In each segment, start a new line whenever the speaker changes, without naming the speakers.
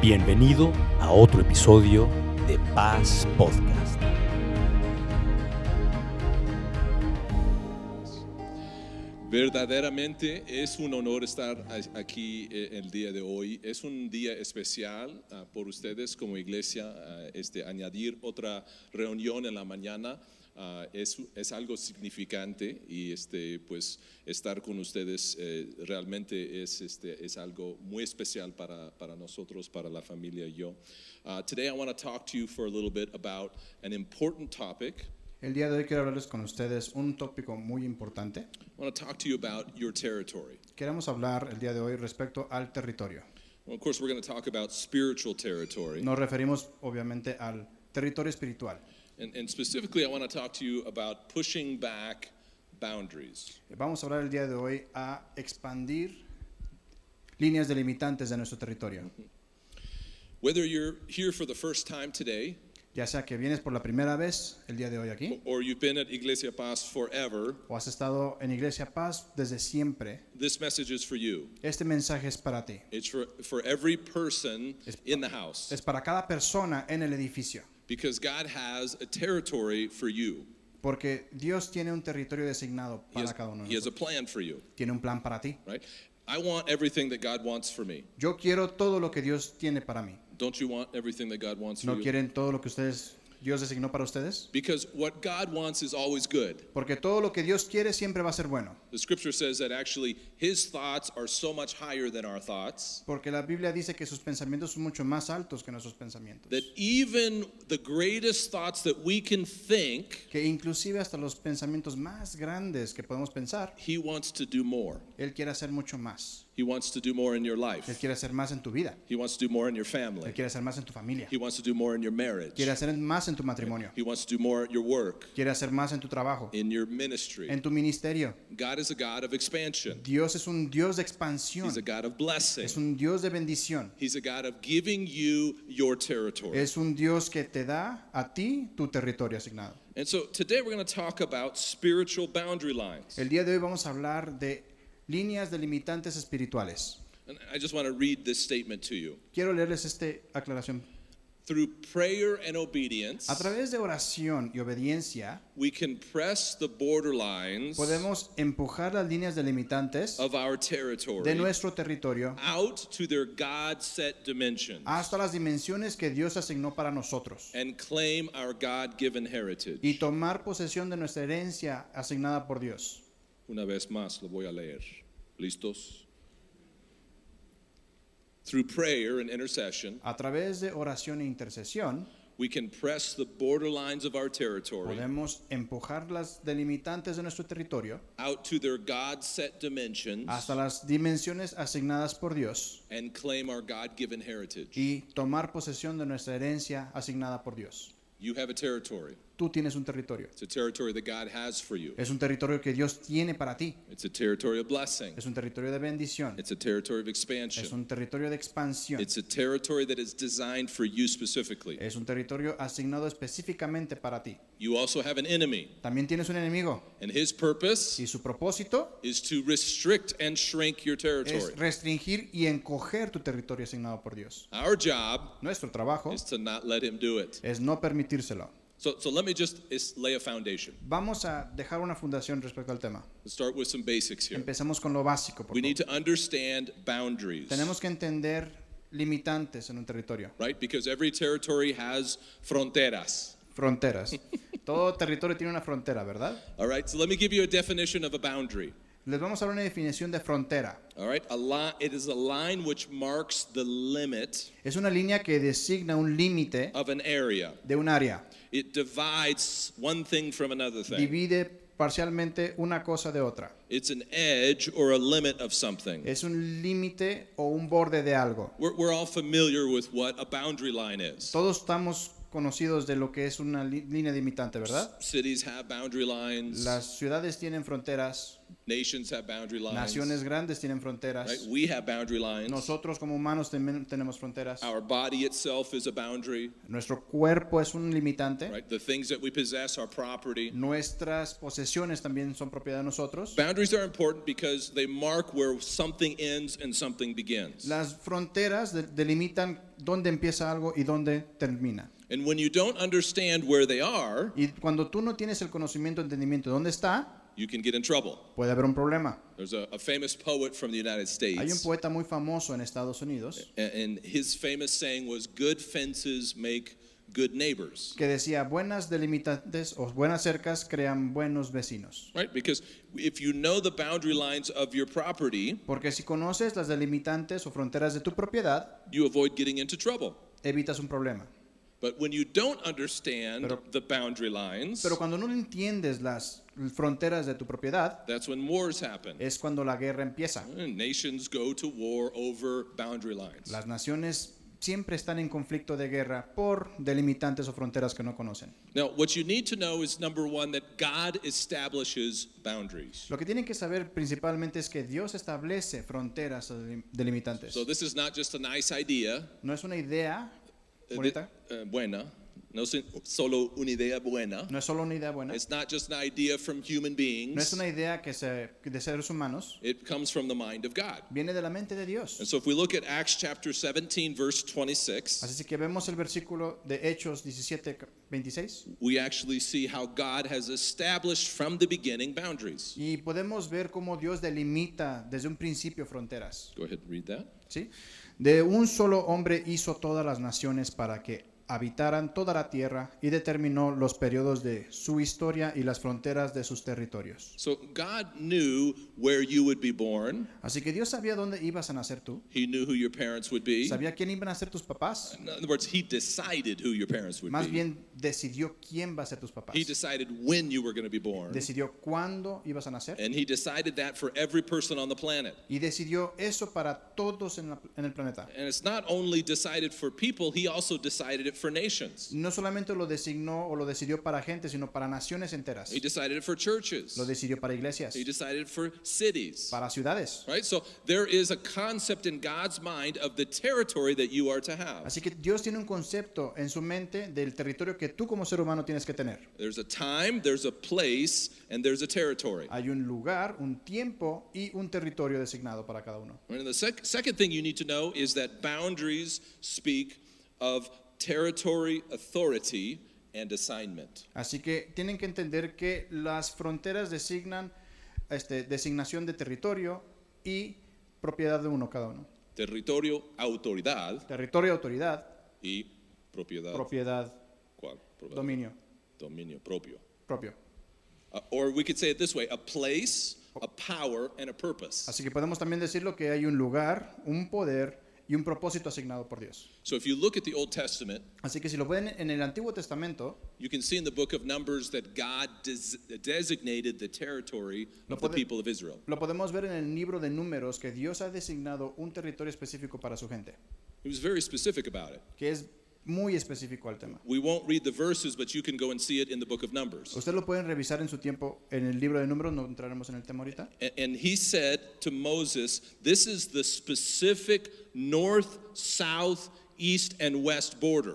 Bienvenido a otro episodio de Paz Podcast.
Verdaderamente es un honor estar a- aquí eh, el día de hoy. Es un día especial ah, por ustedes como iglesia, ah, este, añadir otra reunión en la mañana. ah, es, es algo significante y este, pues, estar con ustedes eh, realmente es, este, es algo muy especial para, para nosotros, para la familia y yo. Ah, today I want to talk to you for a little bit about an important topic.
El día de hoy quiero hablarles con ustedes un tópico muy importante.
I want to talk to you about your territory.
Queremos hablar el día de hoy respecto al territorio.
Well, of course, we're going to talk about spiritual territory.
Nos referimos obviamente al territorio espiritual.
And, and specifically, I want to talk to you about pushing back boundaries.
Vamos a hablar el día de hoy a expandir líneas delimitantes de nuestro territorio.
Whether you're here for the first time today,
Ya sea que vienes por la primera vez el día de hoy aquí
or you've been at Iglesia Paz forever,
o has estado en Iglesia Paz desde siempre,
this message is for you.
este mensaje es para ti.
It's for, for every person in the house
Es para cada persona en el edificio,
because God has a territory for you.
porque Dios tiene un territorio designado
He has,
para cada uno.
he
de
has a
nosotros.
plan for you,
Tiene un plan para ti.
right? I want everything that God wants for me.
Yo quiero todo lo que Dios tiene para mí.
Don't you want everything that God wants for
¿No
you?
quieren todo lo que ustedes Dios designó para ustedes?
Because what God wants is always good.
Porque todo lo que Dios quiere siempre va a ser bueno.
The scripture says that actually his thoughts are so much higher than our thoughts
Porque la Biblia dice que sus pensamientos son mucho más altos que nuestros pensamientos.
that even the greatest thoughts that we can think,
Que inclusive hasta los pensamientos más grandes que podemos pensar,
he wants to do more.
Él quiere hacer mucho más.
He wants to do more in your
Él
life.
quiere hacer más en tu vida.
He wants to do more in your
Él
family.
quiere hacer más en tu familia.
He wants to do more in your marriage.
Quiere hacer más en tu matrimonio.
He wants to do more at your work,
Quiere hacer más en tu trabajo,
in your ministry.
en tu ministerio.
God is a God of expansion.
Dios es un Dios de expansión.
He's a God of
Es
blessing.
un Dios de bendición.
He's a God of giving you your territory.
Es un Dios que te da a ti tu territorio asignado.
And so today we're going to talk about spiritual boundary lines.
El día de hoy vamos a hablar de líneas delimitantes espirituales.
And I just want to read this statement to you.
Quiero leerles esta aclaración.
Through prayer and obedience,
A través de oración y obediencia
we can press the borderlines
podemos empujar las líneas delimitantes
of our territory
de nuestro territorio
out to their God set dimensions
hasta las dimensiones que Dios asignó para nosotros
and claim our God given heritage.
y tomar posesión de nuestra herencia asignada por Dios.
Una vez más lo voy a leer. ¿Listos? Through prayer and intercession,
A través de oración e intercesión
we can press the borderlines of our territory
podemos empujar las delimitantes de nuestro territorio
out to their God set dimensions
hasta las dimensiones asignadas por Dios
and claim our God given heritage.
y tomar posesión de nuestra herencia asignada por Dios.
You have a territory.
Tú tienes un territorio.
It's a territory that God has for you.
Es un territorio que Dios tiene para ti.
It's a territory of blessing.
Es un territorio de bendición.
It's a territory of
Es
expansion.
un territorio de expansión.
It's a territory that is designed for you specifically.
Es un territorio asignado específicamente para ti.
You also have an enemy,
También tienes un enemigo
and his purpose
y su propósito
is to restrict and shrink your territory.
es restringir y encoger tu territorio asignado por Dios.
Our job
Nuestro trabajo
is to not let him do it.
es no permitírselo.
So, so let me just is- lay a foundation.
Vamos a dejar una fundación respecto al tema.
Let's start with some basics here.
Empecemos con lo básico. por
We need
favor.
to understand boundaries,
Tenemos que entender limitantes en un territorio.
right? Because every territory has fronteras.
Fronteras. Todo territorio tiene una frontera, ¿verdad?
All right, so let me give you a definition of a boundary.
Les vamos a dar una definición de frontera.
All right, a line, it is a line which marks the limit
Es una línea que designa un límite
of an area.
de un área.
It divides one thing from another thing.
Divide parcialmente una cosa de otra.
It's an edge or a limit of something.
Es un límite o un borde de algo.
We're, we're all familiar with what a boundary line is.
Todos estamos conocidos de lo que es una li- línea limitante, ¿verdad?
Cities have boundary lines,
Las ciudades tienen fronteras,
Nations have boundary lines.
Naciones grandes tienen fronteras.
right? We have boundary lines.
Nosotros como humanos temen- tenemos fronteras.
Our body itself is a boundary.
Nuestro cuerpo es un limitante.
Right? The things that we possess, our property.
Nuestras posesiones también son propiedad de nosotros.
Boundaries are important because they mark where something ends and something begins.
Las fronteras de- delimitan dónde empieza algo y dónde termina.
And when you don't understand where they are,
Y cuando tú no tienes el conocimiento, entendimiento de dónde está,
you can get in trouble.
puede haber un problema.
There's a, a famous poet from the United
Hay un
States,
poeta muy famoso en Estados Unidos
a- and his famous saying was, "Good fences make good neighbors."
que decía, buenas delimitantes o buenas cercas crean buenos vecinos.
Right? Because if you know the boundary lines of your property,
Porque si conoces las delimitantes o fronteras de tu propiedad,
you avoid getting into trouble.
evitas un problema.
But when you don't understand
Pero-
the boundary lines,
Pero cuando no entiendes las fronteras de tu propiedad,
that's when wars happen.
es cuando la guerra empieza.
And Nations go to war over boundary lines.
Las naciones siempre están en conflicto de guerra por delimitantes o fronteras que no conocen.
Now, what you need to know is number one, that God establishes boundaries.
Lo que tienen que saber principalmente es que Dios establece fronteras o delim- delimitantes.
So, this is not just a nice idea,
No es una idea
eh,
bonita,
eh, buena, no es solo una idea buena.
no es solo una idea buena,
It's not just an idea from human beings,
no es una idea que se, de seres humanos,
it comes from the mind of God.
viene de la mente de Dios.
And so, if we look at Acts chapter 17, verse 26,
Así que vemos el versículo de Hechos 17, 26
we actually see how God has established from the beginning boundaries.
y podemos ver cómo Dios delimita desde un principio fronteras.
Go ahead and read that.
¿sí? De un solo hombre hizo todas las naciones para que habitaran toda la tierra y determinó los periodos de su historia y las fronteras de sus territorios.
So, God knew where you would be born.
Así que Dios sabía dónde ibas a nacer tú,
He knew who your parents would be.
sabía quién iban a ser tus papás,
In other words, he decided who your parents would
más
be.
bien decidió quién va a ser tus papás,
He decided when you were going to be born.
decidió cuándo ibas a nacer
And he decided that for every person on the planet.
y decidió eso para todos en, la- en el planeta.
And it's not only decided for people, he also decided it for nations.
No solamente lo designó o lo decidió para gente, sino para naciones enteras.
He decided it for churches.
Lo decidió para iglesias,
He decided it for cities.
para ciudades.
Right? So there is a concept in God's mind of the territory that you are to have.
Así que Dios tiene un concepto en su mente del territorio que tú como ser humano tienes que tener.
There's a time, there's a place, and there's a territory.
Hay un lugar, un tiempo y un territorio designado para cada uno.
And the sec- second thing you need to know is that boundaries speak of territory, authority, and assignment.
Así que tienen que entender que las fronteras designan este, designación de territorio y propiedad de uno cada uno.
Territorio, autoridad
Territorio, autoridad,
y propiedad.
propiedad,
¿Cuál? Propiedad.
dominio
Dominio propio.
propio.
Uh, or we could say it this way a place, a power, and a purpose.
Así que podemos también decirlo que hay un lugar, un poder y un propósito asignado por Dios.
So if you look at the Old Testament,
Así que si lo ven en el Antiguo Testamento,
you can see in the book of Numbers that God des- designated the territory
Lo
of the
puede-
people of Israel.
Lo podemos ver en el libro de números que Dios ha designado un territorio específico para su gente,
He was very specific about it.
que es muy específico al tema.
We won't read the verses, but you can go and see it in the book of Numbers.
Ustedes lo pueden revisar en su tiempo en el libro de números, no entraremos en el tema ahorita.
A- And he said to Moses, This is the specific north, south, east, and west border.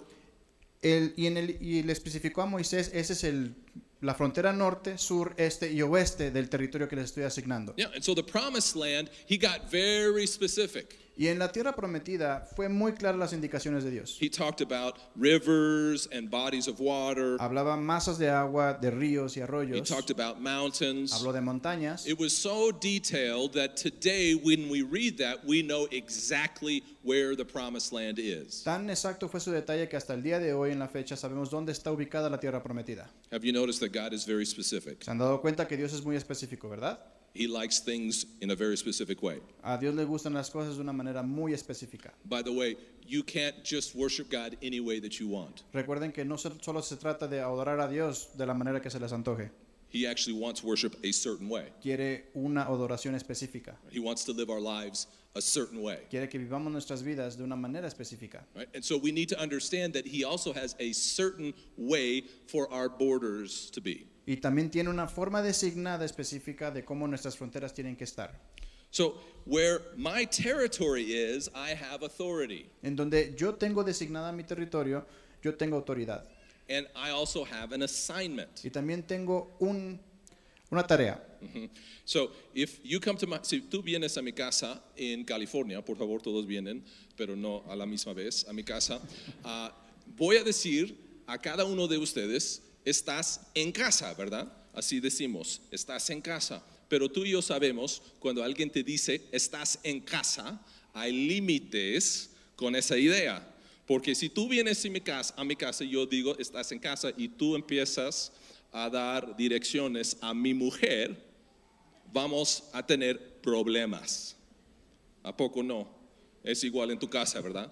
El- y, en el- y le especificó a Moisés, esa es el, la frontera norte, sur, este y oeste del territorio que les estoy asignando.
Yeah, and so the promised land, he got very specific.
Y en la tierra prometida fue muy claras las indicaciones de Dios.
He talked about rivers and bodies of water,
Hablaba masas de agua, de ríos
he
y arroyos,
talked about mountains.
habló de montañas.
It was so detailed that today, when we read that, we know exactly where the promised land is.
Tan exacto fue su detalle que hasta el día de hoy en la fecha sabemos dónde está ubicada la tierra prometida.
Have you noticed that God is very specific?
Se han dado cuenta que Dios es muy específico, ¿verdad?
He likes things in a very specific way.
A Dios le gustan las cosas de una manera muy específica.
By the way, you can't just worship God any way that you want.
Recuerden que no se- solo se trata de adorar a Dios de la manera que se les antoje.
He actually wants worship a certain way.
Quiere una adoración específica.
He wants to live our lives a certain way.
Quiere que vivamos nuestras vidas de una manera específica.
Right? And so we need to understand that he also has a certain way for our borders to be.
y también tiene una forma designada específica de cómo nuestras fronteras tienen que estar.
So, where my territory is, I have authority,
En donde yo tengo designada mi territorio, yo tengo autoridad
and I also have an assignment.
y también tengo un, una tarea.
So, if you come to my, si tú vienes a mi casa en California, por favor, todos vienen, pero no a la misma vez, a mi casa, ah, voy a decir a cada uno de ustedes, estás en casa, ¿verdad? Así decimos, estás en casa. Pero tú y yo sabemos, cuando alguien te dice, estás en casa, hay límites con esa idea. Porque si tú vienes a mi casa, a mi casa, yo digo, estás en casa, y tú empiezas a dar direcciones a mi mujer, vamos a tener problemas. ¿A poco no? Es igual en tu casa, ¿verdad?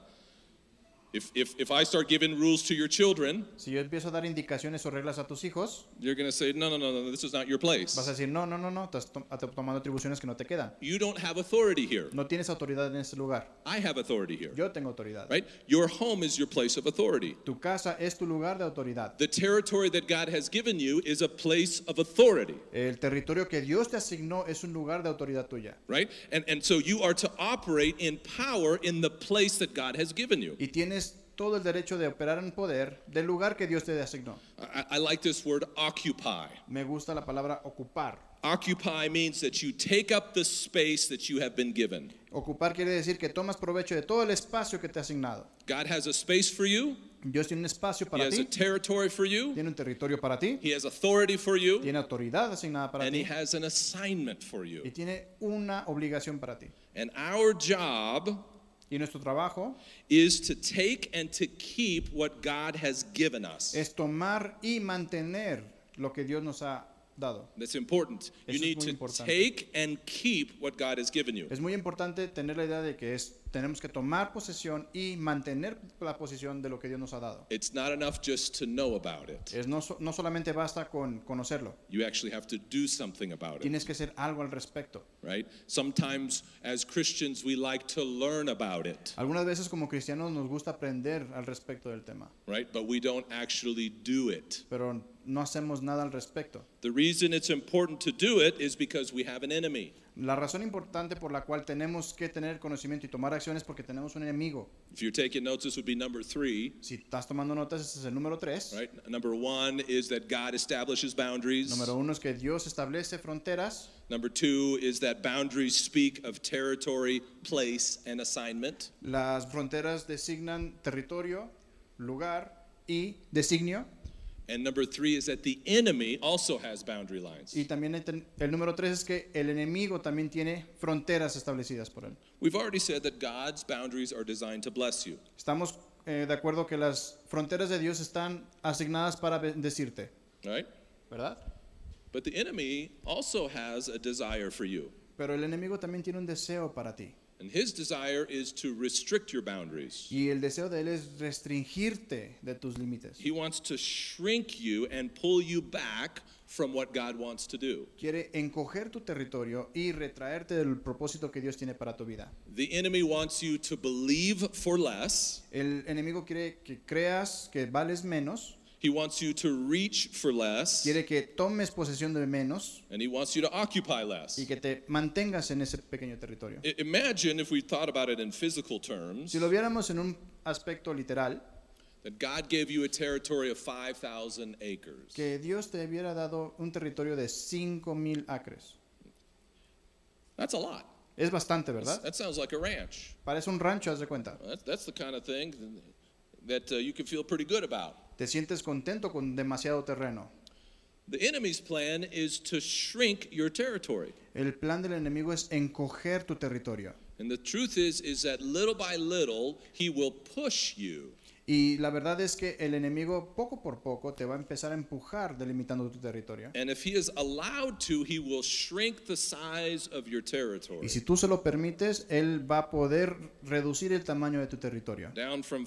If, if, if I start giving rules to your children,
Si yo empiezo a dar indicaciones o reglas a tus hijos,
you're going to say, no, no, no, no, this is not your
vas a
place.
decir, no, no, no, no, estás to- a- tomando atribuciones que no te quedan.
You don't have authority here.
No tienes autoridad en este lugar.
I have authority here,
Yo tengo autoridad.
right? Your home is your place of authority.
Tu casa es tu lugar de autoridad.
The territory that God has given you is a place of authority,
El territorio que Dios te asignó es un lugar de autoridad tuya.
right? And, and so you are to operate in power in the place that God has given you.
Y tienes todo el derecho de operar en poder del lugar que Dios te asignó.
I, I like this word occupy.
Me gusta la palabra ocupar.
Occupy means that you take up the space that you have been given.
Ocupar quiere decir que tomas provecho de todo el espacio que te ha asignado.
God has a space for you,
Dios tiene un espacio
He
para
has a
ti,
territory for you,
tiene un territorio para ti,
He has authority for you,
tiene autoridad asignada para
and He
ti
has an assignment for
y
you.
tiene una obligación para ti.
And our job
Y nuestro trabajo
is to take and to keep what God has given us.
es tomar y mantener lo que Dios nos ha dado.
That's important. You
Eso es
need
muy
to
importante.
take and keep what God has given you.
Es muy importante tener la idea de que es, tenemos que tomar posesión y mantener la posesión de lo que Dios nos ha dado.
It's not enough just to know about it.
Es no, so- no solamente basta con conocerlo,
You actually have to do something about it,
tienes que hacer algo al respecto.
right? Sometimes as Christians we like to learn about it.
Algunas veces como cristianos nos gusta aprender al respecto del tema,
right? But we don't actually do it.
pero no hacemos nada al respecto.
The reason it's important to do it is because we have an enemy.
La razón importante por la cual tenemos que tener conocimiento y tomar acciones es porque tenemos un enemigo.
If you're taking notes, this would be number three,
Si estás tomando notas, ese es el número tres.
right? Number one is that God establishes boundaries.
Número uno es que Dios establece fronteras.
Number two is that boundaries speak of territory, place, and assignment.
Las fronteras designan territorio, lugar y designio.
And number three is that the enemy also has boundary lines.
Y también el, ten- el número tres es que el enemigo también tiene fronteras establecidas por él.
We've already said that God's boundaries are designed to bless you.
Estamos eh, de acuerdo que las fronteras de Dios están asignadas para bendecirte,
Right?
¿verdad?
But the enemy also has a desire for you.
Pero el enemigo también tiene un deseo para ti.
And his desire is to restrict your boundaries.
Y el deseo de él es restringirte de tus límites.
He wants to shrink you and pull you back from what God wants to do.
Quiere encoger tu territorio y retraerte del propósito que Dios tiene para tu vida.
The enemy wants you to believe for less.
El enemigo quiere que creas que vales menos,
He wants you to reach for less.
quiere que tomes posesión de menos
And he wants you to occupy less.
y que te mantengas en ese pequeño territorio.
I- imagine if we thought about it in physical terms
Si lo viéramos en un aspecto literal,
that God gave you a territory of 5,000 acres.
que Dios te hubiera dado un territorio de 5000 acres.
That's a lot.
Es bastante,
That's-
¿verdad?
that sounds like a ranch.
Parece un rancho, haz de cuenta.
That's, that's the kind of thing that uh, you can feel pretty good about.
Te sientes contento con demasiado terreno.
The enemy's plan is to shrink your territory.
El plan del enemigo es encoger tu territorio.
And the truth is is that little by little he will push you.
Y la verdad es que el enemigo poco por poco te va a empezar a empujar delimitando tu territorio.
And if he is allowed to, he will shrink the size of your territory
Y si tú se lo permites, él va a poder reducir el tamaño de tu territorio.
down from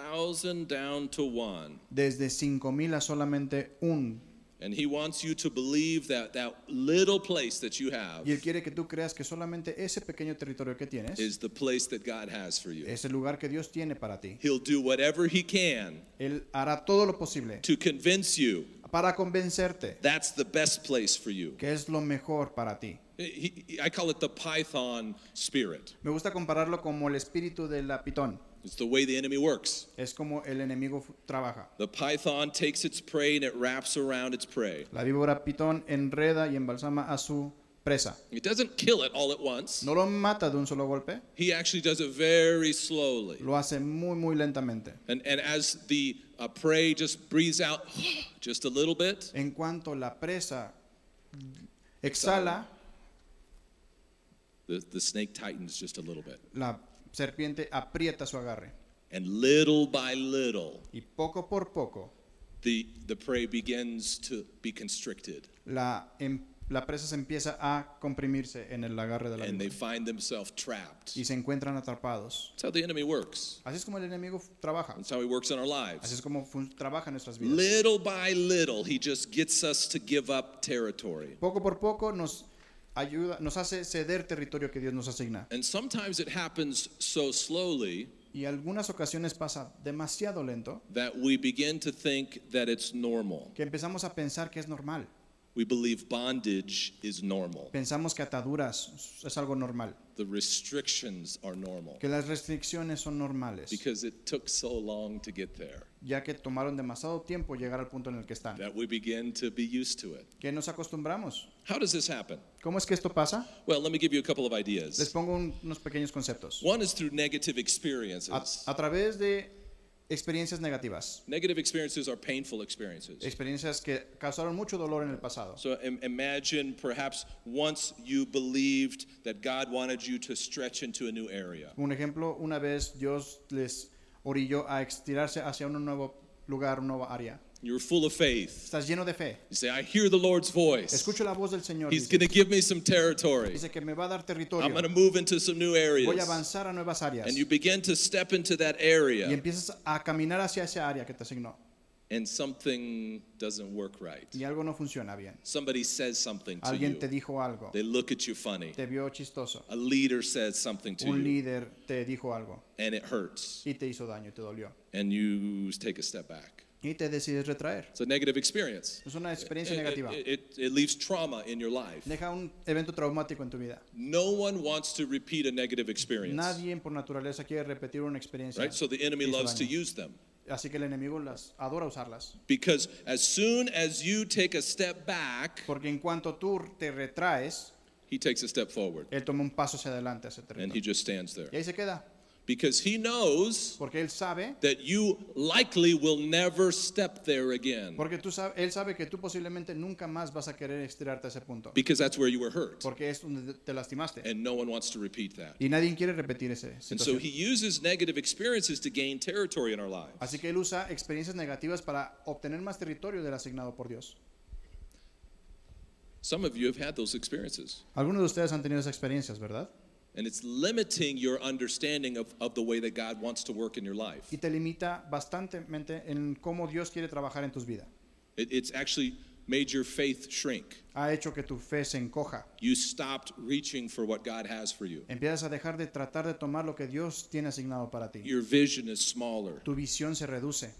5,000 down to 1.
Desde 5.000 a solamente un.
And he wants you to believe that that little place that you have
Y él quiere que tú creas que solamente ese pequeño territorio que tienes
is the place that God has for you.
es el lugar que Dios tiene para ti.
He'll do whatever he can
Él hará todo lo posible
to convince you
para convencerte
That's the best place for you.
que es lo mejor para ti.
He- he- I call it the python spirit.
Me gusta compararlo como el espíritu del pitón.
It's the way the enemy works.
Es como el enemigo fu- trabaja.
The python takes its prey and it wraps around its prey.
La víbora pitón enreda y embalsama a su presa.
It doesn't kill it all at once.
No lo mata de un solo golpe,
He actually does it very slowly.
lo hace muy muy lentamente.
And, and as the uh, prey just breathes out just a little bit,
En cuanto la presa exhala,
the, the snake tightens just a little bit.
la serpiente aprieta su agarre
And little by little,
y poco por poco
the, the prey begins to be constricted.
la, em- la presa se empieza a comprimirse en el agarre de la
And they
víbora
find themselves trapped.
y se encuentran atrapados.
That's how the enemy works.
Así es como el enemigo f- trabaja.
That's how he works in our
Así
lives.
es como fun- trabaja en nuestras vidas.
Little by little, he just gets us to give up territory.
Poco por poco nos ayuda, nos hace ceder territorio que Dios nos asigna.
And sometimes it happens so slowly
Y algunas ocasiones pasa demasiado lento
that we begin to think that it's normal.
que empezamos a pensar que es normal.
We believe bondage is normal.
Pensamos que ataduras es algo normal,
The restrictions are normal
que las restricciones son normales,
because it took so long to get there
ya que tomaron demasiado tiempo llegar al punto en el que están.
that we begin to be used to it.
Que nos acostumbramos.
How does this happen?
¿Cómo es que esto pasa?
Well, let me give you a couple of
Les
ideas.
pongo un- unos pequeños conceptos.
One is through negative
A,
experiences.
a través de experiencias negativas,
Negative experiences are painful experiences.
experiencias que causaron mucho dolor en el pasado.
So im- imagine perhaps once you believed that God wanted you to stretch into a new area.
Un ejemplo, una vez Dios les orilló a estirarse hacia un nuevo lugar, una nueva área.
You were full of faith.
Estás lleno de fe.
You say, I hear the Lord's voice.
Escucho la voz del Señor.
He's
Dice,
going to give me some territory.
Dice que me va a dar territorio.
I'm going to move into some new areas.
Voy a avanzar a nuevas áreas.
And you begin to step into that
Y
area,
empiezas a caminar hacia esa área que te asignó.
and something doesn't work right.
Y algo no funciona bien.
Somebody says something to
Alguien
you.
te dijo algo.
They look at you funny.
Te vio chistoso.
A leader says something to
Un
you,
líder te dijo algo
and it hurts,
y te hizo daño, te dolió.
and you take a step back.
Y te decides retraer.
It's a negative experience.
Es una experiencia
It,
negativa.
it- it- it leaves trauma in your life.
Deja un evento traumático en tu vida.
No one wants to repeat a negative experience,
Nadie por naturaleza quiere repetir una experiencia.
right? So the enemy
que hizo
loves to
daño.
use them
Así que el enemigo las adora usarlas.
because as soon as you take a step back,
Porque en cuanto tú te retraes,
he takes a step forward
él toma un paso hacia adelante, hacia atrás.
and he
Y
just stands there
ahí se queda.
because he knows
Porque él sabe,
that you likely will never step there again
porque tú sabes, él sabe que tú posiblemente nunca más vas a querer estirarte a ese punto.
because that's where you were hurt
Porque es donde te lastimaste.
and no one wants to repeat that.
Y nadie quiere repetir ese
And so
situación.
he uses negative experiences to gain territory in our lives.
Así que él usa experiencias negativas para obtener más territorio del asignado por Dios.
Some of you have had those experiences
Algunos de ustedes han tenido esas experiencias, ¿verdad?
and it's limiting your understanding of, of the way that God wants to work in your life.
Y te limita bastantemente en cómo Dios quiere trabajar en tus vidas.
It, it's actually made your faith shrink.
Ha hecho que tu fe se encoja.
You stopped reaching for what God has for you.
Empiezas a dejar de tratar de tomar lo que Dios tiene asignado para ti.
Your vision is smaller
Tu visión se reduce.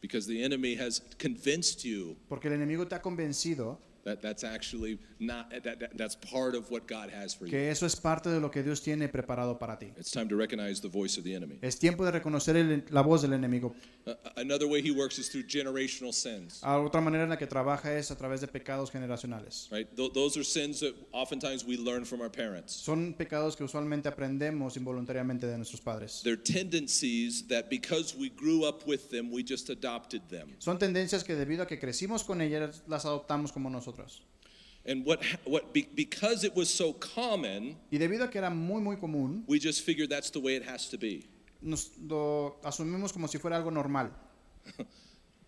because the enemy has convinced you
Porque el enemigo te ha convencido
that that's actually not that, that that's part of what God has for you.
que eso es parte de lo que Dios tiene preparado para ti.
It's time to recognize the voice of the enemy.
Es tiempo de reconocer el- la voz del enemigo.
Uh, another way he works is through generational sins.
Ah, otra manera en la que trabaja es a través de pecados generacionales.
Right? Th- those are sins that oftentimes we learn from our parents.
Son pecados que usualmente aprendemos involuntariamente de nuestros padres.
They're tendencies that because we grew up with them, we just adopted them.
Son tendencias que debido a que crecimos con ellas, las adoptamos como nosotros.
And what ha- what be- because it was so common,
Y debido a que era muy, muy común,
we just figured that's the way it has to be.
nos lo asumimos como si fuera algo normal.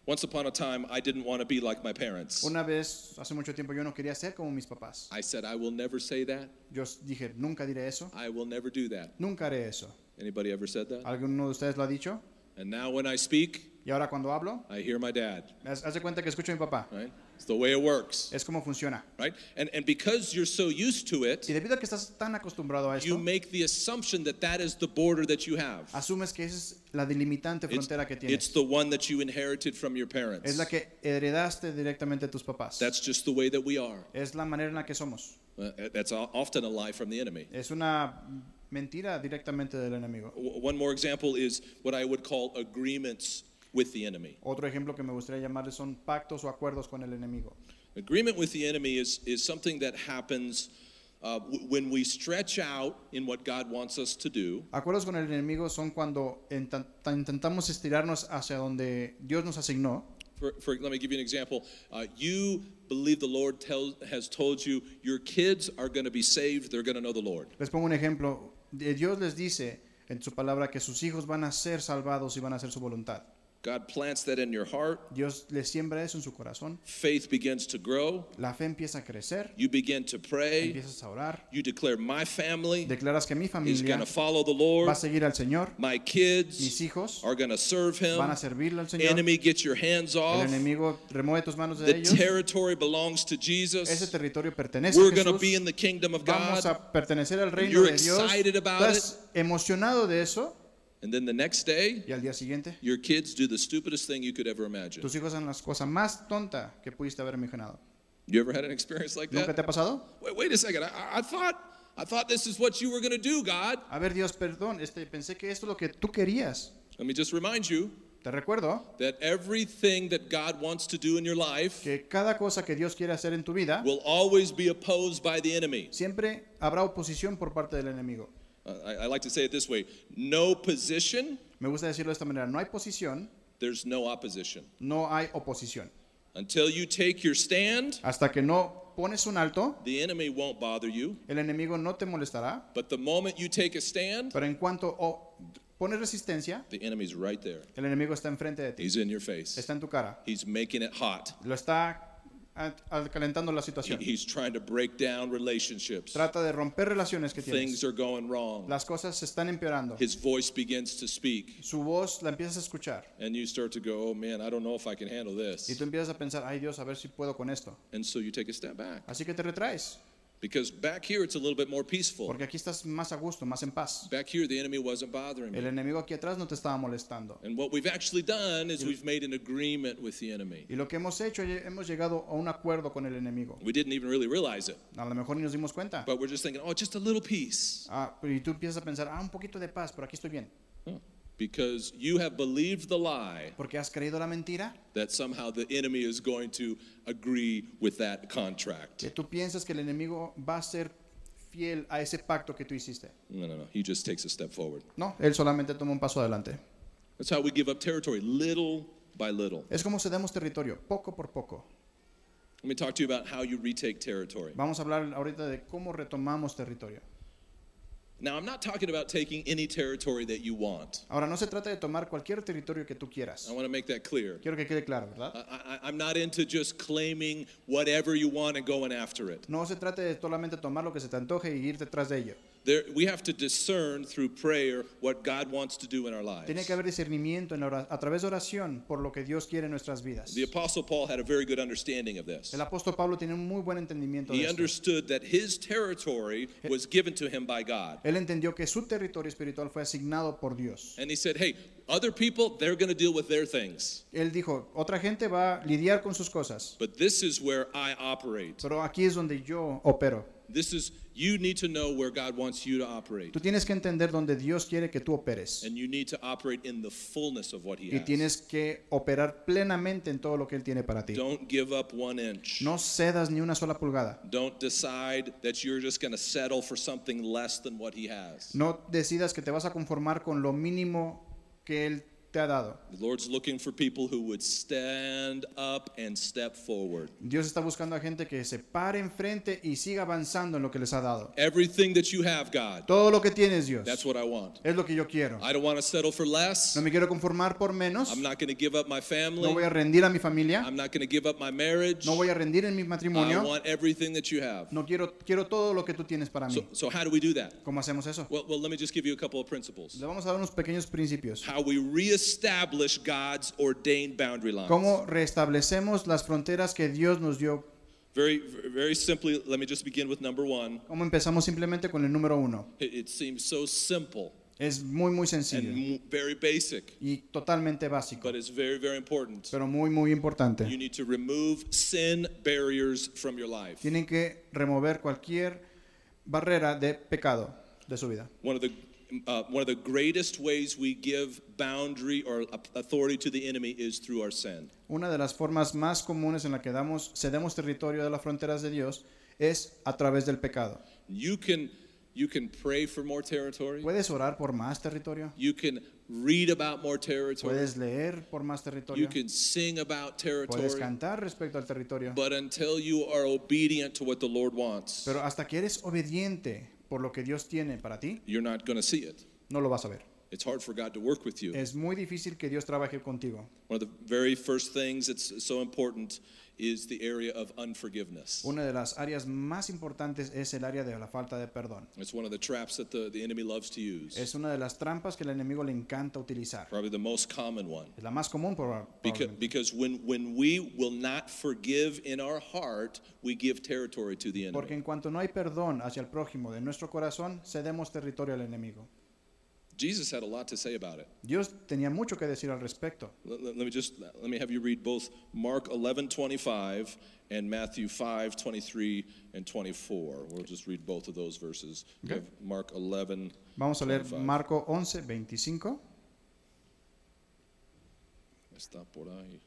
Once upon a time, I didn't want to be like my parents.
Una vez, hace mucho tiempo, yo no quería ser como mis papás.
I said I will never say that.
Yo s- dije, nunca diré eso,
I will never do that.
nunca haré eso.
Anybody ever said that?
¿Alguno de ustedes lo ha dicho?
And now when I speak,
Y ahora cuando hablo,
I hear my dad.
haz haz de cuenta que escucho a mi papá.
Right? It's the way it works.
Es como funciona.
Right? And, and because you're so used to
Y
it,
debido a que estás tan acostumbrado a
you
esto,
make the assumption that that is the border that you have.
asumes que esa es la delimitante
It's,
frontera que
it's
tienes.
the one that you inherited from your
Es
parents.
la que heredaste directamente de tus papás.
That's just the way that we are.
Es la manera en la que somos.
Uh, That's o- often a lie from the enemy.
Es una mentira directamente del enemigo.
W- One more example is what I would call agreements with the enemy.
Otro ejemplo que me gustaría llamarle son pactos o acuerdos con el enemigo.
Agreement with the enemy is, is something that happens uh, w- when we stretch out in what God wants us to do,
Acuerdos con el enemigo son cuando enta- ta- intentamos estirarnos hacia donde Dios nos asignó.
For, for, let me give you an example. Uh, you believe the Lord tell, has told you your kids are going to be saved, they're going to know the Lord.
Les pongo un ejemplo. Eh, Dios les dice en su palabra que sus hijos van a ser salvados y van a hacer su voluntad.
God plants that in your heart.
Dios les siembra eso en su corazón.
Faith begins to grow.
La fe empieza a crecer.
You begin to pray.
Empiezas a orar.
You declare, My family
Declaras que mi
is
familia
going to follow the
va
Lord.
a seguir al Señor.
My
Mis
kids
hijos
are going to serve
van a
Him.
servirle al Señor. El
Enemy, get your hands off.
enemigo remueve tus manos de
The
ellos.
territory belongs to
Ese
Jesus.
territorio pertenece
We're
a
going to be
Jesús.
in the kingdom of
Vamos
God.
a pertenecer al reino
You're
de Dios.
excited about
Estás emocionado de eso.
And then the next day,
Y al día siguiente,
your kids do the stupidest thing you could ever imagine.
tus hijos hacen las cosas más tontas que pudiste haber imaginado.
You ever had an experience like
¿Nunca
that?
te ha pasado?
Wait, wait a second. I- I, I thought I thought this is what you were going to do, God.
A ver, Dios, perdón, este, pensé que esto es lo que tú querías.
Let me just remind you
Te recuerdo
that everything that God wants to do in your life
que cada cosa que Dios quiere hacer en tu vida,
will always be opposed by the enemy.
siempre habrá oposición por parte del enemigo.
Uh, I, I like to say it this way: No position,
Me gusta decirlo de esta manera, no hay posición,
there's no opposition.
no hay oposición.
Until you take your stand,
Hasta que no pones un alto,
the enemy won't bother you.
el enemigo no te molestará,
But the moment you take a stand,
pero en cuanto o- pones resistencia,
the enemy's right there.
el enemigo está enfrente de ti,
He's in your face.
está en tu cara,
He's making it hot.
lo está a- al- calentando la
He-
situación.
he's trying to break down relationships.
Trata de romper relaciones que tienes.
Things are going wrong.
Las cosas se están empeorando.
his voice begins to speak
Su voz la empiezas a escuchar
and you start to go oh man i don't know if i can handle
y
this
tú empiezas a pensar, ay Dios, a ver si puedo con esto.
and so you take a step back
Así que te retraes,
because back here it's a little bit more peaceful
porque aquí estás más a gusto, más en paz.
back here the enemy wasn't bothering
El
me
enemigo aquí atrás no te estaba molestando.
and what we've actually done is we've made an agreement with the enemy
Y lo que hemos hecho, ye- hemos llegado a un acuerdo con el enemigo.
we didn't even really realize it
A lo mejor ni nos dimos cuenta.
but we're just thinking oh just a little piece
Ah, pero y tú empiezas a pensar, ah, un poquito de paz, pero aquí estoy bien.
because you have believed the lie
Porque has creído la mentira,
that somehow the enemy is going to agree with that contract
que tú piensas que el enemigo va a ser fiel a ese pacto que tú hiciste.
no no no he just takes a step forward
No, él solamente toma un paso adelante.
that's how we give up territory little by little
Es como cedemos territorio, poco por poco.
Let me talk to you about how you retake territory.
Vamos a hablar ahorita de cómo retomamos territorio.
Now, I'm not talking about taking any territory that you want.
Ahora, no se trata de tomar cualquier territorio que tú quieras.
I want to make that clear.
Quiero que quede claro,
I,
¿verdad?
I, I'm not into just claiming whatever you want and going after it.
No se trata de solamente tomar lo que se te antoje y ir detrás de ello.
There, we have to discern through prayer what God wants to do in our
Tiene
lives.
que haber discernimiento en la ora- a través de oración por lo que Dios quiere en nuestras vidas.
The Apostle Paul had a very good understanding of this.
El apóstol Pablo tiene un muy buen entendimiento
He
de esto.
understood that his territory was given to him by God.
Él entendió que su territorio espiritual fue asignado por Dios.
And he said, hey, other people, they're going to deal with their things.
Él dijo, otra gente va a lidiar con sus cosas,
But this is where I operate.
pero aquí es donde yo opero.
This is, you need to know where God wants you to operate.
Tú tienes que entender donde Dios quiere que tú operes
And you need to operate in the fullness of what he
y
has.
tienes que operar plenamente en todo lo que Él tiene para ti.
Don't give up one inch.
No cedas ni una sola pulgada.
Don't decide that you're just going to settle for something less than what he has.
No decidas que te vas a conformar con lo mínimo que Él te ha dado.
The Lord's looking for people who would stand up and step forward.
Dios está buscando a gente que se pare enfrente y siga avanzando en lo que les ha dado.
Everything that you have, God,
Todo lo que tienes, Dios,
that's what I want.
es lo que yo quiero.
I don't want to settle for less.
No me quiero conformar por menos.
I'm not going to give up my
No
family.
voy a rendir a mi familia.
I'm not going to give up my marriage.
No voy a rendir en mi
I
matrimonio.
want everything that you have.
No quiero, quiero todo lo que tú tienes para
So,
mí.
so how do we do that?
¿Cómo hacemos eso?
Well, well, let me just give you a couple of principles. Ah.
Le vamos a dar unos pequeños principios.
How we reestablish God's ordained boundary lines.
¿Cómo restablecemos las fronteras que Dios nos dio?
Very, very simply, let me just begin with number one.
¿Cómo empezamos simplemente con el número uno?
It, it seems so simple
Es muy, muy
and
sencillo
m- very basic,
y totalmente básico,
but it's very, very important.
pero muy, muy
You
importante.
need to remove sin barriers from your life.
Tienen que remover cualquier barrera de pecado de su vida.
One of the uh, one of the greatest ways we give boundary or a- authority to the enemy is through our sin.
Una de las formas más comunes en la que damos, cedemos territorio de las fronteras de Dios es a través del pecado.
You can you can pray for more territory.
Puedes orar por más territorio,
You can read about more territory.
puedes leer por más territorio,
You can sing about
puedes
territory.
cantar respecto al territorio,
But until you are obedient to what the Lord wants,
pero hasta que eres obediente por lo que Dios tiene para ti,
you're not going to see it.
no lo vas a ver.
It's hard for God to work with you.
Es muy difícil que Dios trabaje contigo.
One of the very first things that's so important is the area of unforgiveness.
Una de las áreas más importantes es el área de la falta de perdón.
It's one of the traps that the, the enemy loves to use,
Es una de las trampas que el enemigo le encanta utilizar.
probably the most common one.
Es la más común proba-
Because,
probablemente.
because when, when we will not forgive in our heart, we give territory to the
Porque
enemy.
en cuanto no hay perdón hacia el prójimo de nuestro corazón, cedemos territorio al enemigo.
Jesus had a lot to say about it.
Dios tenía mucho que decir al respecto.
Let, let- let me just let me have you read both Mark 11:25 and Matthew 5:23 and 24. We'll just read both of those verses. We
Okay.
have Mark 11.
Vamos a leer
25.
Marco 11, 25.
Está por ahí.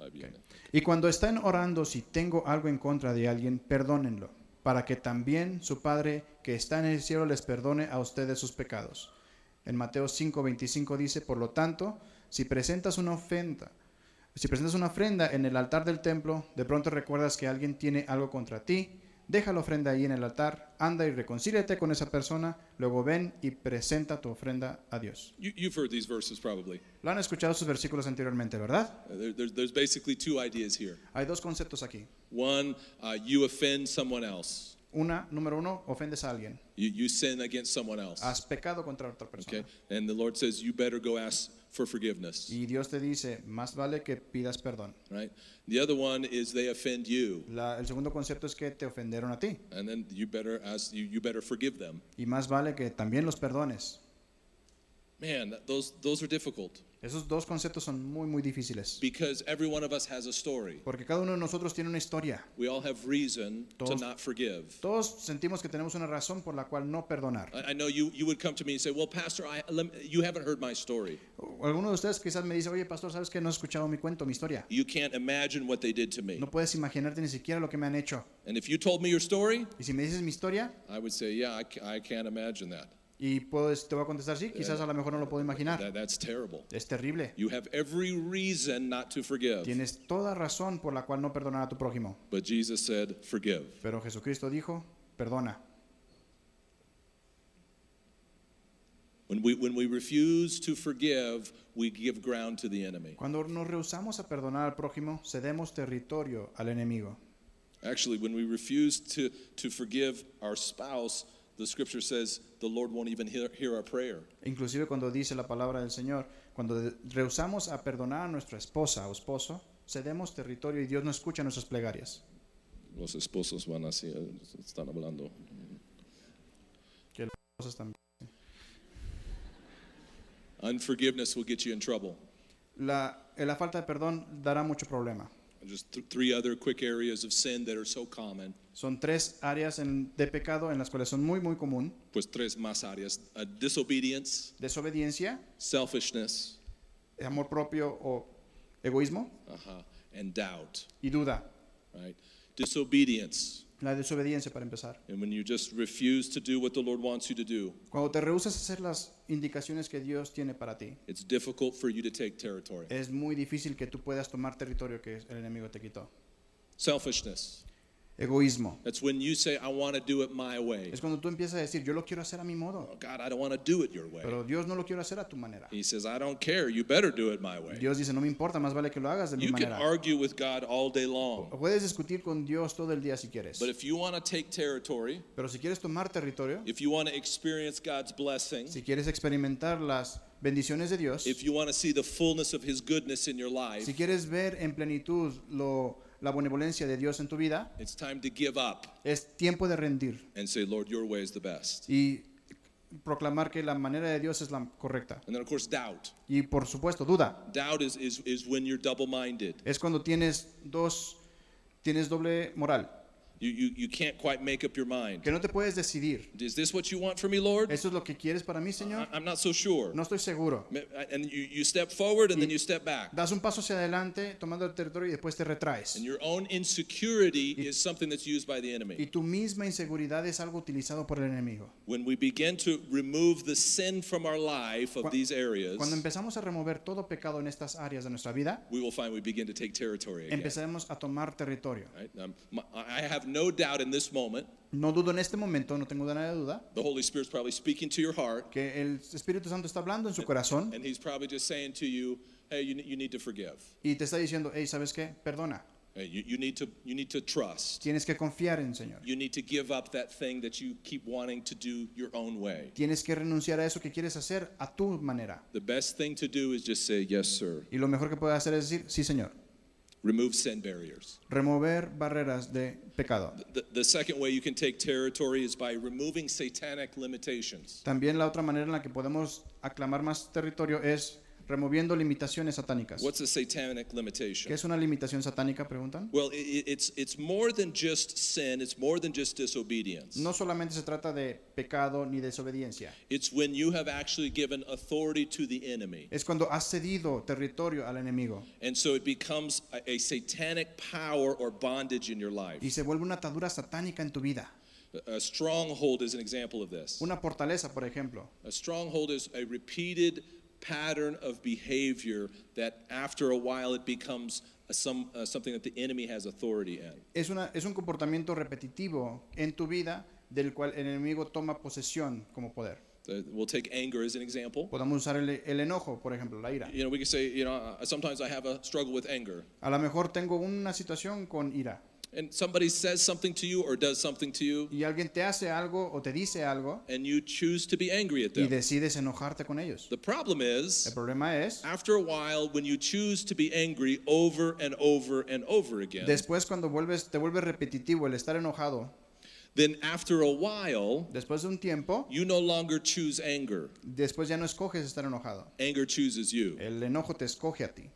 Ahí viene.
Y cuando estén orando, si tengo algo en contra de alguien, perdónenlo, para que también su Padre que está en el cielo les perdone a ustedes sus pecados. En Mateo 5:25 dice, por lo tanto, si presentas una ofrenda, si presentas una ofrenda en el altar del templo, de pronto recuerdas que alguien tiene algo contra ti, deja la ofrenda ahí en el altar, anda y reconcíliate con esa persona, luego ven y presenta tu ofrenda a Dios.
You, you've heard these verses probably.
Lo han escuchado sus versículos anteriormente, ¿verdad?
Uh, There, there's, there's basically two ideas here.
Hay dos conceptos aquí.
One, uh, you offend someone else.
Una, número uno, ofendes a alguien.
You, you sin against someone else.
Has pecado contra otra persona.
Okay? And the Lord says, you better go ask for forgiveness.
Y Dios te dice, más vale que pidas perdón.
Right? The other one is they offend you.
La- el segundo concepto es que te ofendieron a ti.
And then you better ask you, you better forgive them.
Y más vale que también los perdones.
Man, that- those those are difficult
Esos dos conceptos son muy, muy difíciles.
because every one of us has a story.
Porque cada uno de nosotros tiene una historia.
We all have reason to
Todos-
not forgive.
Todos sentimos que tenemos una razón por la cual no perdonar.
I, I know you you would come to me and say, "Well, pastor, I lem- you haven't heard my story.
O- Alguno de ustedes quizás me dice, oye, pastor, ¿sabes que no has escuchado mi cuento, mi historia?
You can't imagine what they did to me."
No puedes imaginarte ni siquiera lo que me han hecho.
And if you told me your story,
Y si me dices mi historia,
I would say, "Yeah, I, ca- I can't imagine that.
y puedo, te voy a contestar, sí, quizás a lo mejor no lo puedo imaginar.
that. That's terrible."
Es terrible.
You have every reason not to forgive.
Tienes toda razón por la cual no perdonar a tu prójimo.
But Jesus said, "Forgive."
Pero Jesucristo dijo, perdona.
When we when we refuse to forgive, we give ground to the enemy.
Cuando nos rehusamos a perdonar al prójimo, cedemos territorio al enemigo.
Actually, when we refuse to, to forgive our spouse, the scripture says the Lord won't even hear, hear our prayer.
Inclusive cuando dice la palabra del Señor, cuando de- rehusamos a perdonar a nuestra esposa o esposo, cedemos territorio y Dios no escucha nuestras plegarias.
Los esposos van así, eh, están hablando.
Cosas también.
Unforgiveness will get you in trouble.
La, eh, la falta de perdón dará mucho problema.
Just th- three other quick areas of sin that are so common.
Son tres áreas en- de pecado en las cuales son muy, muy común.
Pues tres más áreas. Uh, disobedience,
Desobediencia,
selfishness,
amor propio o egoísmo
uh and doubt,
y duda.
right? Disobedience.
La desobediencia para empezar.
And when you just refuse to do what the Lord wants you to do,
Cuando te rehusas a hacer las indicaciones que Dios tiene para ti,
it's difficult for you to take territory.
es muy difícil que tú puedas tomar territorio que el enemigo te quitó.
Selfishness.
Egoísmo.
That's when you say, I want to do it my way. Oh,
Es cuando tú empiezas a decir, yo lo quiero hacer a mi modo,
God, I don't want to do it your way.
pero Dios no lo quiero hacer a tu manera.
He says, I don't care. You better do it my way.
Dios dice, no me importa, más vale que lo hagas de mi
You can
manera.
argue with God all day long.
O Puedes discutir con Dios todo el día si quieres,
But if you want to take territory,
pero si quieres tomar territorio,
if you want to experience God's blessing,
si quieres experimentar las bendiciones de Dios,
if you want to see the fullness of His goodness in your life,
si quieres ver en plenitud lo, la benevolencia de Dios en tu vida,
it's time to give up
es tiempo de rendir
and say, Lord, your way is the best.
y proclamar que la manera de Dios es la correcta.
And then, of course, doubt.
Y por supuesto, duda.
Doubt is, is, is when you're double minded.
Es cuando tienes dos, tienes doble moral,
You, you, you can't quite make up your mind.
que no te puedes decidir.
Is this what you want from me, Lord?
¿Eso es lo que quieres para mí, Señor?
I- I'm not so sure.
No estoy seguro.
Ma- And you, you step forward and then you step back.
Das un paso hacia adelante tomando el territorio y después te retraes.
And your own insecurity is something that's used by the
Y
enemy.
tu misma inseguridad es algo utilizado por el enemigo.
When we begin to remove the sin from our life of
Cuan-
these
Cuando
areas,
empezamos a remover todo pecado en estas áreas de nuestra vida,
we will find we begin to take territory again.
empezaremos a tomar territorio.
Right? Um, my- I have no doubt in this moment,
No dudo en este momento, no tengo nada de duda,
the Holy Spirit's probably speaking to your heart,
que el Espíritu Santo está hablando en su corazón
and He's probably just saying to you, hey, you, ne- you need to forgive.
y te está diciendo, hey, ¿sabes qué? Perdona.
Hey, you, you, need to, you need to trust.
Tienes que confiar en el Señor.
You need to give up that thing that you keep wanting to do your own way.
Tienes que renunciar a eso que quieres hacer a tu manera.
The best thing to do is just say, yes, sir.
Y lo mejor que puedes hacer es decir, sí, Señor.
Remove sin barriers.
Remover barreras de pecado.
The, the second way you can take territory is by removing satanic limitations.
También la otra manera en la que podemos aclamar más territorio es removiendo limitaciones satánicas.
What's a satanic
¿Qué
limitation?
es una limitación satánica? Preguntan.
Well, i- i it's, it's more than just sin, it's more than just disobedience.
No solamente se trata de pecado ni desobediencia.
It's when you have actually given authority to the enemy.
Es cuando has cedido territorio al enemigo
And so it becomes a, a satanic power or bondage in your life.
y se vuelve una atadura satánica en tu vida.
A- A stronghold is an example of this.
Una fortaleza, por ejemplo.
A stronghold is a repeated pattern of behavior that after a while it becomes a, some, uh, something that the enemy has authority in.
Es, una, es un comportamiento repetitivo en tu vida del cual el enemigo toma posesión como poder.
Uh, We'll take anger as an example.
Podemos usar el, el enojo, por ejemplo, la ira.
You know, we can say, you know, uh, sometimes I have a struggle with anger.
A lo mejor tengo una situación con ira
And somebody says something to you or does something to you,
y alguien te hace algo o te dice algo
and you choose to be angry at
y
them.
decides enojarte con ellos.
The problem
El
is,
problema es,
after a while, when you choose to be angry over and over and over again,
después cuando vuelves, te vuelves repetitivo el estar enojado,
then after a while,
después de un tiempo,
you no longer choose anger.
después ya no escoges estar enojado.
Anger chooses you.
El enojo te escoge a ti.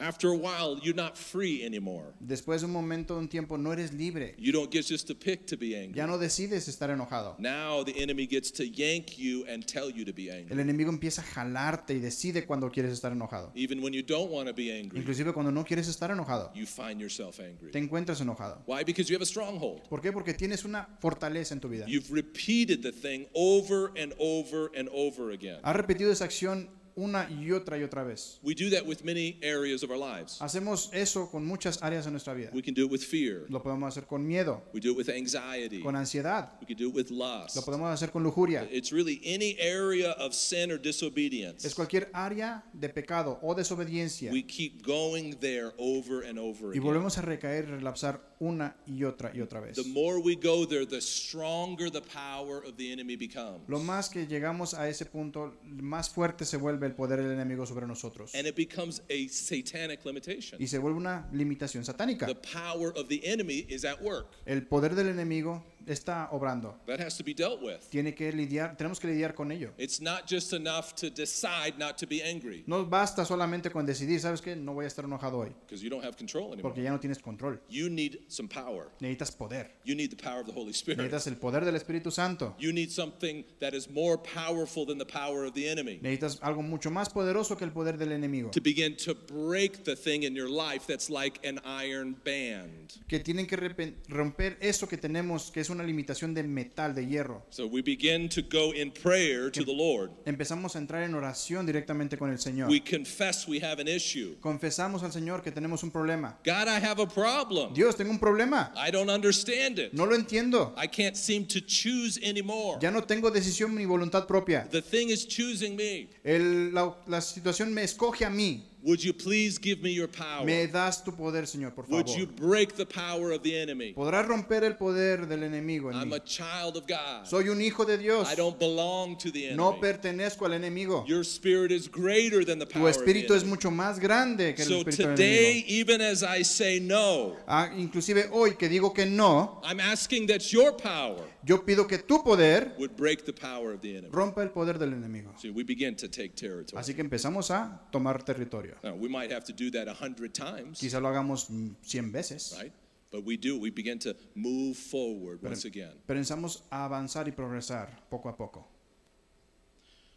After a while, you're not free anymore.
Después de un momento, de un tiempo, no eres libre.
You don't get just to pick to be angry.
Ya no decides estar enojado.
Now the enemy gets to yank you and tell you to be angry.
El enemigo empieza a jalarte y decide cuando quieres estar enojado.
Even when you don't want to be angry,
Inclusive cuando no quieres estar enojado,
you find yourself angry.
te encuentras enojado.
Why? Because you have a stronghold.
¿Por qué? Porque tienes una fortaleza en tu vida.
You've repeated the thing over and over and over again.
Has repetido esa acción una y otra y otra vez.
We do that with many areas of our lives.
Hacemos eso con muchas áreas de nuestra vida.
We can do it with fear.
Lo podemos hacer con miedo,
We do it with anxiety.
con ansiedad,
We can do it with
lo
lust.
podemos hacer con lujuria.
It's really any area of sin or
Es
disobedience.
cualquier área de pecado o desobediencia.
We keep going there over and over
Y
again.
volvemos a recaer y relapsar una y otra y otra vez.
The more we go there, the stronger the power of the enemy becomes.
Lo más que llegamos a ese punto, más fuerte se vuelve el poder del enemigo sobre nosotros.
And it becomes a satanic limitation.
Y se vuelve una limitación satánica.
The power of the enemy is at work.
El poder del enemigo está obrando.
That has to be dealt with.
Tiene que lidiar, tenemos que lidiar con ello.
It's not just enough to decide not to be angry
No basta solamente con decidir, ¿sabes qué? No voy a estar enojado hoy,
because you don't have control anymore.
porque ya no tienes control.
You need some power.
Necesitas poder.
You need the power of the Holy Spirit.
Necesitas el poder del Espíritu Santo.
You need something that is more powerful than the power of the enemy
Necesitas algo mucho más poderoso que el poder del enemigo.
to begin to break the thing in your life that's like an iron band.
Que tienen que repen- romper eso que tenemos, que es una limitación de metal, de hierro.
So we begin to go in prayer to the Lord.
Empezamos a entrar en oración directamente con el Señor.
We confess we have an issue.
Confesamos al Señor que tenemos un problema.
God, I have a problem.
Dios, tengo un problema.
I don't understand it.
No lo entiendo.
I can't seem to choose anymore.
Ya no tengo decisión ni voluntad propia.
The thing is choosing me.
El- la, la situación me escoge a mí.
Would you please give me your power?
Me das tu poder, Señor, por
Would you
favor.
break the power of the enemy?
Podrás romper el poder del enemigo en
I'm
mí.
a child of God.
Soy un hijo de Dios.
I don't belong to the
No
enemy.
pertenezco al enemigo.
Your spirit is greater than the
Tu
power of the
espíritu es
enemy.
mucho más grande que el
So
espíritu del enemigo.
today, even as I say no,
Ah, inclusive hoy que digo que no,
I'm asking that your power
yo pido que tu poder
would break the power of the enemy.
rompa el poder del enemigo.
So we begin to take territory.
Así que empezamos a tomar territorio.
Now, Uh, we might have to do that a hundred times,
Quizá lo hagamos mm, 100 veces,
right? But we do. We begin to move forward once again.
pero empezamos a avanzar y progresar poco a poco.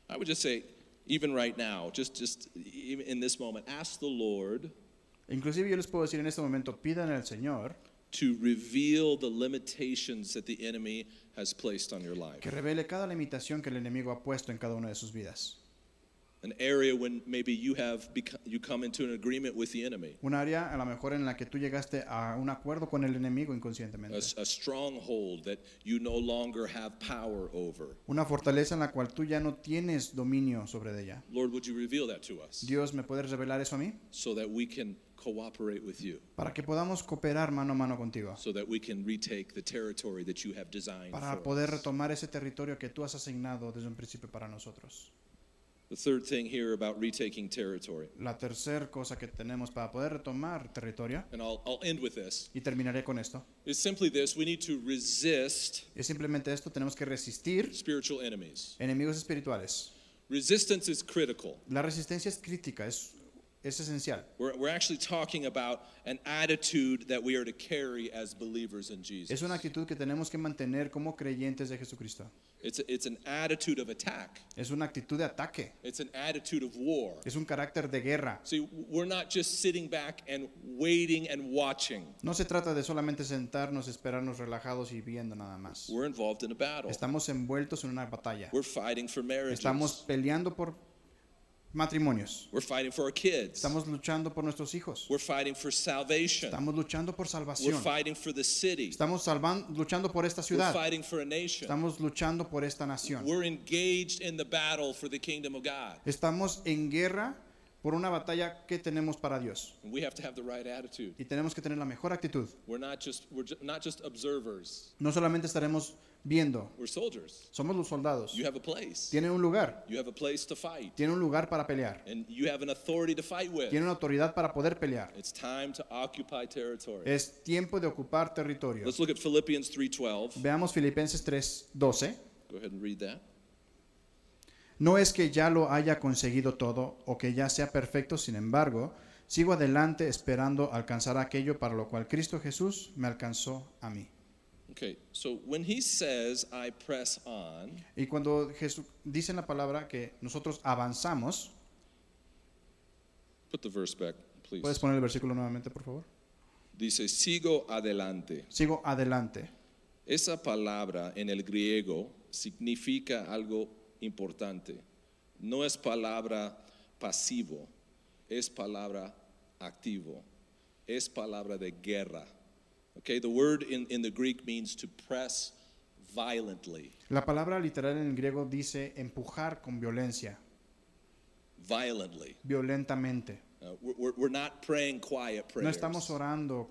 I would just say, even right now, just just even in this moment, ask the Lord
Inclusive yo les puedo decir en este momento, pidan al Señor
to reveal the limitations that the enemy has placed on your life.
que revele cada limitación que el enemigo ha puesto en cada una de sus vidas.
An area when maybe you have become, you come into an agreement with the enemy,
Un área a lo mejor en la que tú llegaste a un acuerdo con el enemigo inconscientemente.
a, s- a stronghold that you no longer have power over.
Una fortaleza en la cual tú ya no tienes dominio sobre ella.
Lord, would you reveal that to us
Dios, ¿me puedes revelar eso a mí?
so that we can cooperate with you,
Para que podamos cooperar mano a mano contigo.
so that we can retake the territory that you have designed
Para
for
poder
us?
retomar ese territorio que tú has asignado desde un principio para nosotros.
The third thing here about retaking territory,
La tercera cosa que tenemos para poder retomar territorio,
and I'll, I'll end with this,
y terminaré con esto,
is simply this we need to resist
es simplemente esto, tenemos que resistir
spiritual enemies.
enemigos espirituales.
Resistance is critical.
La resistencia es crítica, es, es esencial.
We're, we're actually talking about an attitude that we are to carry as believers in Jesus.
Es una actitud que tenemos que mantener como creyentes de Jesucristo.
It's, a- it's an attitude of attack,
Es una actitud de ataque,
it's an attitude of war.
es un carácter de guerra.
See, we're not just sitting back and waiting and watching,
No se trata de solamente sentarnos, esperarnos relajados y viendo nada más.
we're involved in a battle.
Estamos envueltos en una batalla.
We're fighting for marriages,
Estamos peleando por matrimonios.
we're fighting for our kids,
Estamos luchando por nuestros hijos.
we're fighting for salvation,
Estamos luchando por
we're
salvación.
fighting for the city,
Estamos salvan- luchando por esta
we're
ciudad.
fighting for a nation.
Estamos luchando por esta nación.
We're engaged in the battle for the kingdom of God.
Estamos en guerra por una batalla que tenemos para Dios.
And we have to have the right attitude.
Y tenemos que tener la mejor actitud.
We're not just we're ju- not just observers.
No solamente estaremos viendo.
We're soldiers.
Somos los soldados.
You have a place.
Tiene un lugar.
You have a place to fight,
Tiene un lugar para pelear.
and you have an authority to fight with.
Tiene una autoridad para poder pelear.
It's time to occupy territory.
Es tiempo de ocupar territorio.
Let's look at Philippians 3:12.
Veamos Filipenses 3:12.
Go ahead and read that.
No es que ya lo haya conseguido todo o que ya sea perfecto, sin embargo, sigo adelante esperando alcanzar aquello para lo cual Cristo Jesús me alcanzó a mí.
Okay. So when he says, "I press on,"
Y cuando Jesús dice en la palabra que nosotros avanzamos,
put the verse back, please.
puedes poner el versículo nuevamente, por favor.
Dice, "Sigo adelante."
Sigo adelante.
Esa palabra en el griego significa algo importante. No es palabra pasivo, es palabra activo, es palabra de guerra. Okay, the word in, in the Greek means to press violently,
La palabra literal en el griego dice empujar con violencia,
violently.
violentamente.
Uh, we're- we're, we're not praying quiet
No
prayers.
estamos orando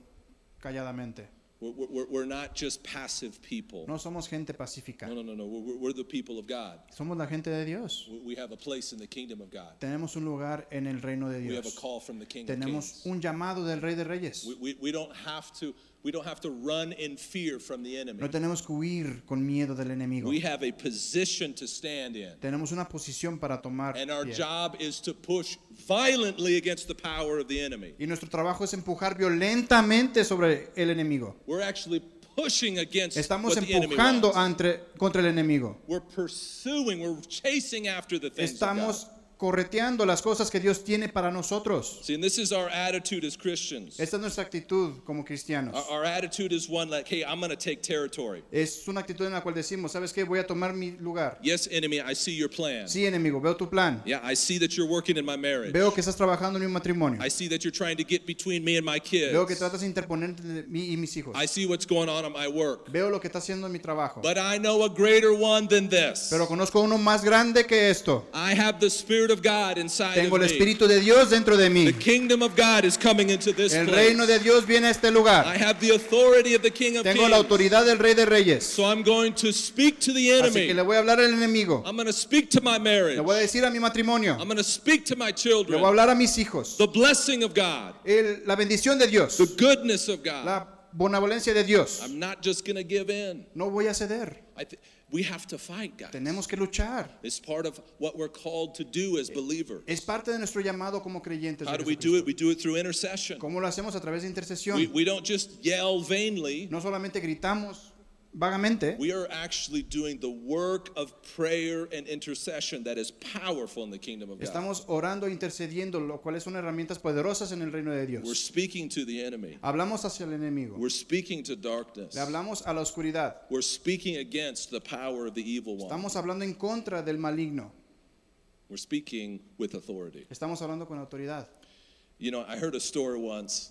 calladamente.
We're, we're, we're not just passive people.
No somos gente pacífica.
no, no, no. no. We're, we're- we're the people of God.
Somos la gente de Dios.
We we have a place in the kingdom of God.
Tenemos un lugar en el reino de
We have a
Dios.
call from the King of Kings.
tenemos un llamado del Rey de Reyes.
We, we, we don't have to we don't have to run in fear from the enemy.
No tenemos que huir con miedo del enemigo.
We have a position to stand in.
Tenemos una posición para tomar.
And our
pie.
job is to push violently against the power of the enemy.
Y nuestro trabajo es empujar violentamente sobre el enemigo.
We're actually pushing against
Estamos
what the enemy
empujando
wants.
ante- contra el enemigo.
We're pursuing, we're chasing after the things of
Estamos
God.
correteando las cosas que Dios tiene para nosotros.
See, and this is our attitude as Christians.
Esta es nuestra actitud como cristianos.
Our, our attitude is one like, hey, I'm going to take territory.
Es una actitud en la cual decimos, ¿sabes qué? Voy a tomar mi lugar.
Yes, enemy, I see your plan.
Sí, enemigo, veo tu plan.
Yeah, I see that you're working in my marriage.
Veo que estás trabajando en mi matrimonio.
I see that you're trying to get between me and my kids.
Veo que tratas de interponerte de mí y mis hijos.
I see what's going on at my work.
Veo lo que está haciendo en mi trabajo.
But I know a greater one than this.
Pero conozco uno más grande que esto.
I have the Spirit of God inside
Tengo
of
el
me.
Espíritu de Dios dentro de
The
mí.
kingdom of God is coming into this
El
place.
reino de Dios viene a este
I
lugar.
have the authority of the King of
Tengo
Kings.
la autoridad del Rey de Reyes.
So I'm going to speak to the
Así que
enemy.
le voy a hablar al enemigo.
I'm going to speak to my marriage.
Le voy a decir a mi matrimonio.
I'm going to speak to my
Le voy a
children.
hablar a mis hijos.
The blessing of God.
El- la bendición de Dios.
The goodness of God.
La benevolencia de Dios.
I'm not just going to give in.
No voy a ceder.
I th- we have to fight, guys.
Tenemos que luchar.
It's part of what we're called to do as believers.
Es parte de nuestro llamado como creyentes. de
How do we do
Jesucristo.
it? We do it through intercession.
¿Cómo lo hacemos? A través de intercesión.
We, we don't just yell vainly.
No solamente gritamos vagamente,
We are actually doing the work of prayer and intercession that is powerful in the kingdom of God.
estamos orando e intercediendo, lo cual son herramientas poderosas en el reino de
We're
Dios.
speaking to the enemy.
Hablamos hacia el enemigo.
We're speaking to darkness.
Le hablamos a la oscuridad.
We're speaking against the power of the evil one.
Estamos hablando en contra del maligno.
We're speaking with authority.
Estamos hablando con autoridad.
You know, I heard a story once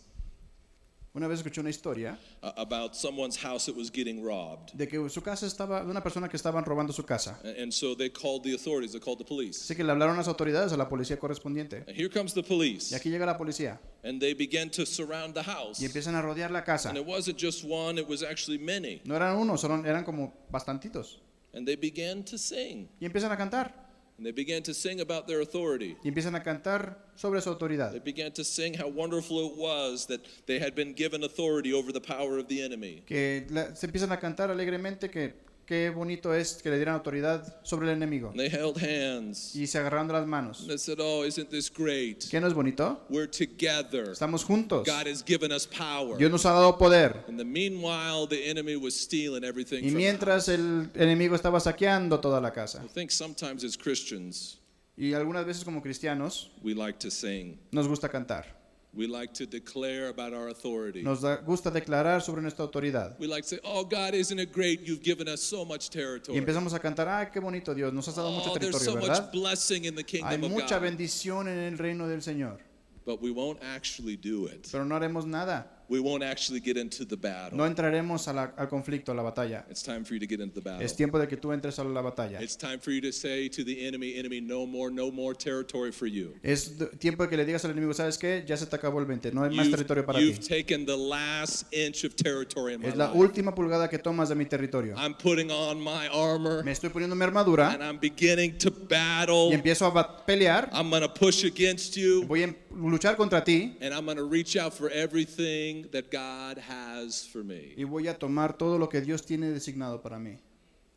Una vez escuché una historia
uh, about someone's house that was getting robbed.
de que su casa estaba de una persona que estaban robando su casa.
A- And so they called the authorities, they called the police.
Así que le hablaron a las autoridades, a la policía correspondiente.
And here comes the police.
Y aquí llega la policía
And they began to surround the house.
y empiezan a rodear la casa.
And it wasn't just one, it was actually many.
No eran unos, solo eran como bastantitos.
And they began to sing.
Y empiezan a cantar.
And they began to sing about their authority.
Y empiezan a cantar sobre su autoridad.
They began to sing how wonderful it was that they had been given authority over the power of the enemy.
que la- se empiezan a cantar alegremente que qué bonito es que le dieran autoridad sobre el enemigo
And they held hands.
y se agarraron de las
And
manos.
they said, Oh, isn't this great?
¿Qué no es bonito?
We're together.
Estamos juntos.
God has given us power.
Dios nos ha dado poder.
And the meanwhile, the enemy was stealing everything
Y
from
mientras el enemigo estaba saqueando toda la casa.
I think sometimes as Christians,
Y algunas veces como cristianos
we like to sing.
nos gusta cantar.
We like to declare about our authority.
Nos da- gusta declarar sobre nuestra autoridad.
We like to say, Oh, God, isn't it great? You've given us so much
Y
territory.
empezamos a cantar, ah, qué bonito Dios, nos has dado mucho
Oh, there's so
territorio,
much
¿verdad?
blessing in the
Hay
kingdom of
mucha
God.
bendición en el reino del Señor,
But we won't actually do it.
pero no haremos nada.
We won't actually get into the battle.
No entraremos a la- al conflicto, a la batalla.
It's time for you to get into the battle.
Es tiempo de que tú entres a la batalla.
It's time for you to say to the enemy, enemy, no more, no more territory for you.
Es d- tiempo de que le digas al enemigo, ¿sabes qué? Ya se te acabó el 20, no hay más
You've-
territorio para
you've
ti.
taken the last inch of territory in my
Es la
life.
última pulgada que tomas de mi territorio.
I'm putting on my armor
Me estoy poniendo mi
and
armadura
I'm beginning to
y
battle.
empiezo a bat- pelear.
I'm going to push against you
Voy a em- luchar contra ti
and I'm going to reach out for everything that God has for me.
y voy a tomar todo lo que Dios tiene designado para mí.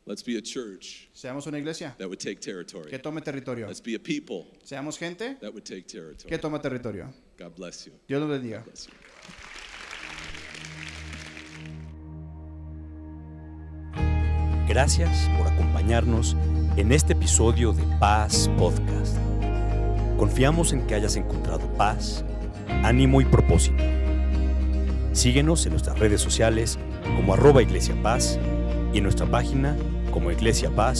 Let's be a church
Seamos una iglesia
that would take
que
territory.
tome territorio.
Let's be a people
Seamos gente
that would take
que
territory.
toma territorio.
God bless you.
Dios los bendiga.
Bless you.
Gracias por acompañarnos en este episodio de Paz Podcast. Confiamos en que hayas encontrado paz, ánimo y propósito. Síguenos en nuestras redes sociales como arroba Iglesia Paz y en nuestra página como iglesiapaz.org.